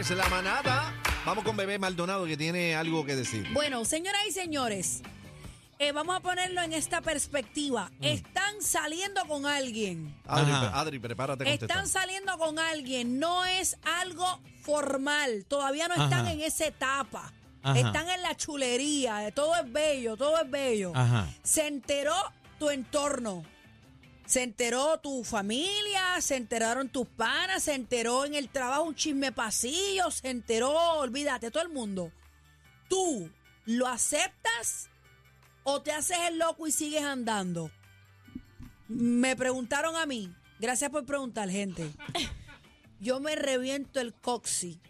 es la manada. Vamos con Bebé Maldonado que tiene algo que decir. Bueno, señoras y señores, eh, vamos a ponerlo en esta perspectiva. Mm. Están saliendo con alguien. Adri, Ajá. pre- Adri, prepárate a contestar. Están saliendo con alguien. No es algo formal. Todavía no están Ajá. en esa etapa. Ajá. Están en la chulería. Todo es bello, todo es bello. Ajá. Se enteró tu entorno. Se enteró tu familia, se enteraron tus panas, se enteró en el trabajo un chisme pasillo, se enteró, olvídate, todo el mundo. ¿Tú lo aceptas o te haces el loco y sigues andando? Me preguntaron a mí, gracias por preguntar, gente. Yo me reviento el coxi,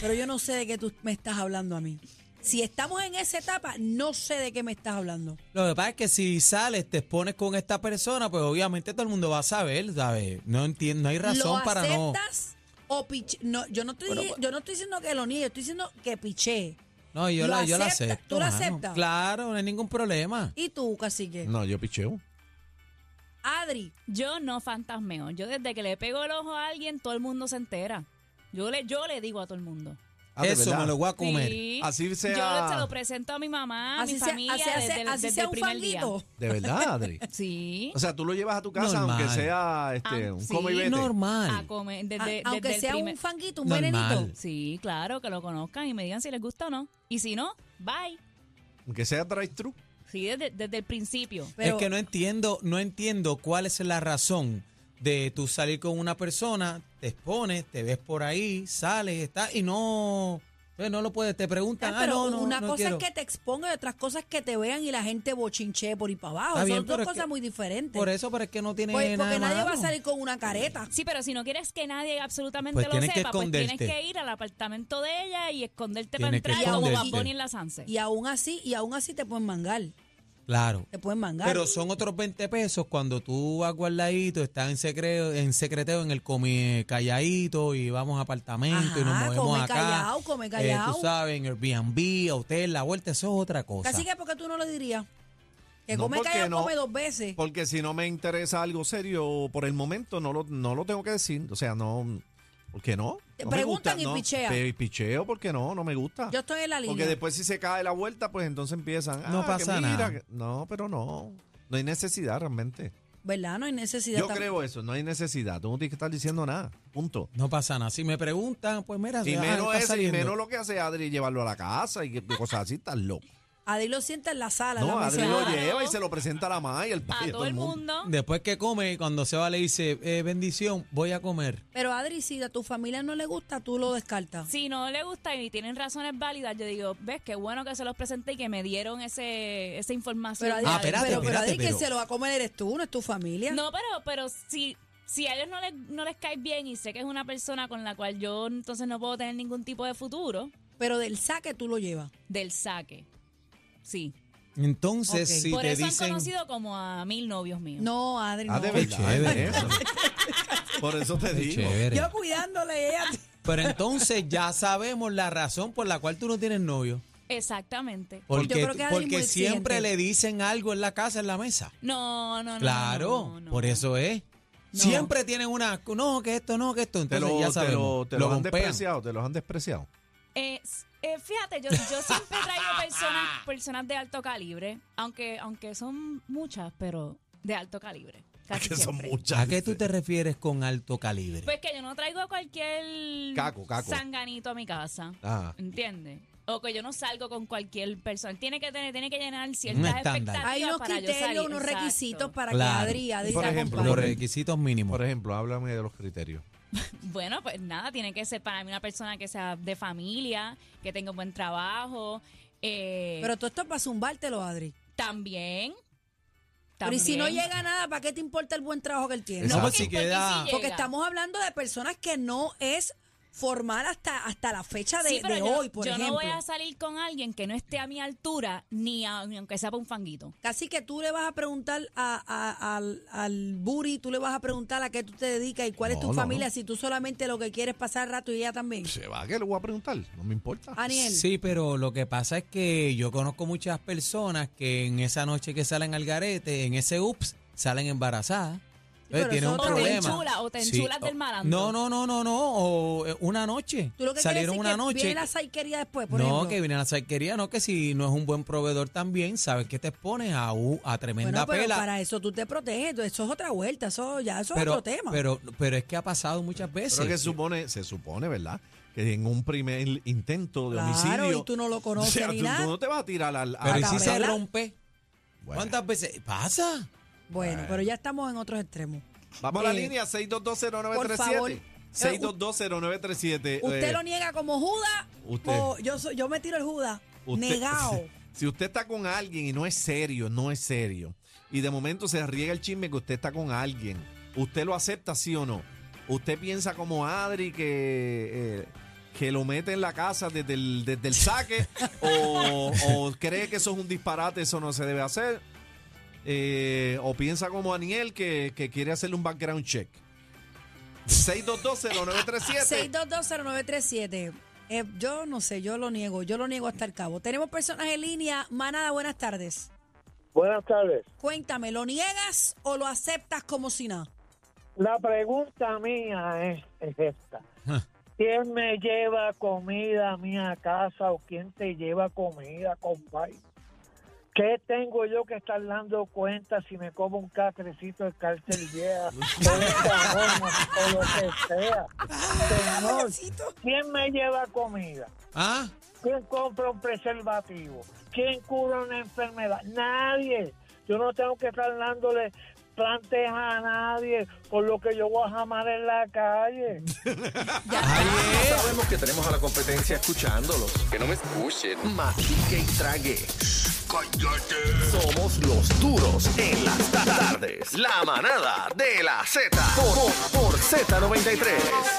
pero yo no sé de qué tú me estás hablando a mí. Si estamos en esa etapa, no sé de qué me estás hablando. Lo que pasa es que si sales, te expones con esta persona, pues obviamente todo el mundo va a saber, ¿sabes? No entiendo, no hay razón ¿Lo para no. aceptas o piche? No, yo, no estoy, Bueno, yo no estoy diciendo que lo niegue, estoy diciendo que piché. No, yo ¿Lo la, yo la acepta? acepto. ¿Tú la mano. aceptas? Claro, no hay ningún problema. ¿Y tú, cacique? No, yo picheo. Adri, Yo no fantasmeo. Yo desde que le pego el ojo a alguien, todo el mundo se entera. Yo le, yo le digo a todo el mundo. Ah, de Eso verdad. me lo voy a comer. Sí. Así Yo se sea. lo presento a mi mamá, a Ah, mi así sea, familia, así sea- desde, el- así desde sea el un primer día. fanguito. De verdad, Adri. Sí. O sea, tú lo llevas a tu casa Normal. aunque sea este, Ah, un sí, come y vete. Normal. Ah, A comer, desde, A- desde aunque el sea primer- un fanguito, un Normal. venenito. Sí, claro, que lo conozcan y me digan si les gusta o no. Y si no, bye. Aunque sea drive-thru. Sí, desde, desde el principio. Pero es que no entiendo, no entiendo cuál es la razón de tú salir con una persona, te expones, te ves por ahí, sales, estás y no, pues, no lo puedes, te preguntan, Ah, pero ah, no, no, una no cosa quiero. es que te exponga y otras cosas que te vean y la gente bochinche por ahí para abajo. Está Son bien, dos pero es cosas que- muy diferentes. Por eso, pero es que no tiene Pues, nada porque nadie va a malo. salir con una careta. Sí, pero si no quieres que nadie absolutamente Pues lo tienes que sepa, pues tienes esconderte. que ir al apartamento de ella y esconderte Tienes que para entrar como va esconderte. Bonnie en la Sanse. Y aún así, y aún así te pueden mangar. Claro. Te pueden mangar. Pero son otros 20 pesos cuando tú vas guardadito, estás en secreto, en secreteo en el come calladito y vamos a apartamento y nos Ajá, movemos come acá. callao, come Eh, callao. tú sabes, en Airbnb, hotel, la vuelta, eso es otra cosa. Así que, ¿por qué tú no lo dirías? Que No, come ¿por qué callado, no? come dos veces. Porque si no me interesa algo serio por el momento, no lo, no lo tengo que decir. O sea, no. ¿Por qué no? Te No me preguntan y no. pichea. Pe- picheo, ¿por qué no? No me gusta. Yo estoy en la línea. Porque después si se cae la vuelta, pues entonces empiezan. No "Ah, pasa que mira, nada. que-". No, pero no. No hay necesidad realmente. ¿Verdad? No hay necesidad. Yo tam- creo eso, no hay necesidad. Tú no tienes que estar diciendo nada. Punto. No pasa nada. Si me preguntan, pues mira, Y ah, menos, está eso, y saliendo. menos lo que hace Adri llevarlo a la casa y que- cosas así, estás loco. Adri lo sienta en la sala. No, déjame Adri decir. lo Claro. lleva y se lo presenta a la mamá y el A padre. todo el mundo. Después que come, cuando se va le dice, eh, bendición, voy a comer. Pero Adri, si a tu familia no le gusta, tú lo descartas. Si no le gusta y tienen razones válidas, yo digo, ves, qué bueno que se los presenté y que me dieron ese, esa información. Pero Adri, Ah, espérate, pero, pero espérate, Adri, quien pero- se lo va a comer eres tú, no es tu familia. No, pero, pero si, si a ellos no les, no les cae bien y sé que es una persona con la cual yo entonces no puedo tener ningún tipo de futuro, Pero del saque tú lo llevas. del saque. Sí. Entonces, Ok. si Por te eso dicen. han conocido como a mil novios míos. No, Adri, no. Ah, de Qué verdad. chévere. eso. Por eso te Qué digo. chévere. Yo cuidándole ella. Pero entonces ya sabemos la razón por la cual tú no tienes novio. Exactamente. Yo Porque, creo que Adri es muy porque siempre exigente. le dicen algo en la casa, en la mesa. No, no, no. Claro, no, no. por eso es. No. Siempre tienen una, no, que esto, no, que esto. Te, Entonces lo, ya te, lo, sabemos, te lo han bombean. despreciado, te los han despreciado. Eh, s- eh, fíjate, yo, yo siempre traigo personas, personas de alto calibre, aunque, aunque son muchas, pero de alto calibre. Casi Que son siempre. muchas. ¿A qué tú te refieres con alto calibre? Pues que yo no traigo cualquier Caco, caco. sanganito a mi casa. Ah, ¿Entiendes? O que yo no salgo con cualquier persona. Tiene que tener, tiene que llenar Un ciertas estándar. expectativas. Hay unos para yo criterios, salir. unos Exacto. requisitos para Claro. que Adri, Adri Por te ejemplo, acompañe. Los requisitos mínimos. por ejemplo, háblame de los criterios. Bueno, pues nada, tiene que ser para mí una persona que sea de familia, que tenga un buen trabajo. eh, Pero todo esto es para zumbártelo, Adri. también. Pero y si no también. llega nada, ¿para qué te importa el buen trabajo que él tiene? No, Exacto. pues si Eh, Porque queda. sí llega. Porque estamos hablando de personas que no es formal hasta, hasta la fecha de, Sí, pero de yo, hoy, por yo ejemplo. no voy a salir con alguien que no esté a mi altura, ni, a- ni aunque sea para un fanguito. Casi que tú le vas a preguntar a- a- al, al Buri, tú le vas a preguntar a qué tú te dedicas y cuál es No, tu no, familia, no. si tú solamente lo que quieres es pasar rato y ella también. Se va, que le voy a preguntar. No me importa. Aniel, Sí, pero lo que pasa es que yo conozco muchas personas que en esa noche que salen al garete, en ese ups, salen embarazadas. pero Entonces tienen un eso es otra problema. cosa. O te enchulas, o te enchulas del malandro. No, no, no, no, no. O, eh, una noche. ¿Tú lo que salieron quieres decir una que noche. Viene la saiquería después, por no, ejemplo. que viene a la cerquería, no, que si no es un buen proveedor también, sabes que te expones a, u- a tremenda bueno, pero pela. para eso tú te proteges, entonces eso es otra vuelta, eso ya eso pero, es otro tema. Pero, pero es que ha pasado muchas veces. Pero que supone, se supone, ¿verdad? Que en un primer intento de Claro, homicidio. y tú no lo o conoces sea, ni tú, nada. tú no te vas a tirar al. a- Pero ¿y a- si se capela. rompe? Bueno, ¿Cuántas veces? ¿Pasa? Bueno, pero ya estamos en otros extremos. Vamos a la Eh, línea por favor. 6220937. 6220937. ¿Usted eh, lo niega como Judas? usted. O yo, soy- yo me tiro el Judas. Usted- Negado. Si usted está con alguien y no es serio, no es serio, y de momento se riega el chisme que usted está con alguien, ¿usted lo acepta sí o no? ¿Usted piensa como Adri que, eh, que lo mete en la casa desde el, desde el saque? o, o cree que eso es un disparate, eso no se debe hacer? Eh, ¿O piensa como Aniel que, que quiere hacerle un background check? 6220937. 6220937. Eh, yo no sé, yo lo niego, yo lo niego hasta el cabo. Tenemos personas en línea. Manada, buenas tardes. Buenas tardes. Cuéntame, ¿lo niegas o lo aceptas como si nada? La pregunta mía es, es esta. ¿Quién me lleva comida a mí a casa o quién te lleva comida, compadre? ¿Qué tengo yo que estar dando cuenta si me como un catrecito de cárcel vieja o de cajón o lo que sea? Señor, ¿quién me lleva comida? ¿Ah? ¿Quién compra un preservativo? ¿Quién cura una enfermedad? Nadie. Yo no tengo que estar dándole plantes a nadie por lo que yo voy a jamar en la calle. Sabemos que tenemos a la competencia escuchándolos. Que no me escuchen. Mastique y trague. Somos los duros en las ta- tardes. La manada de la Z por, por- por Z93.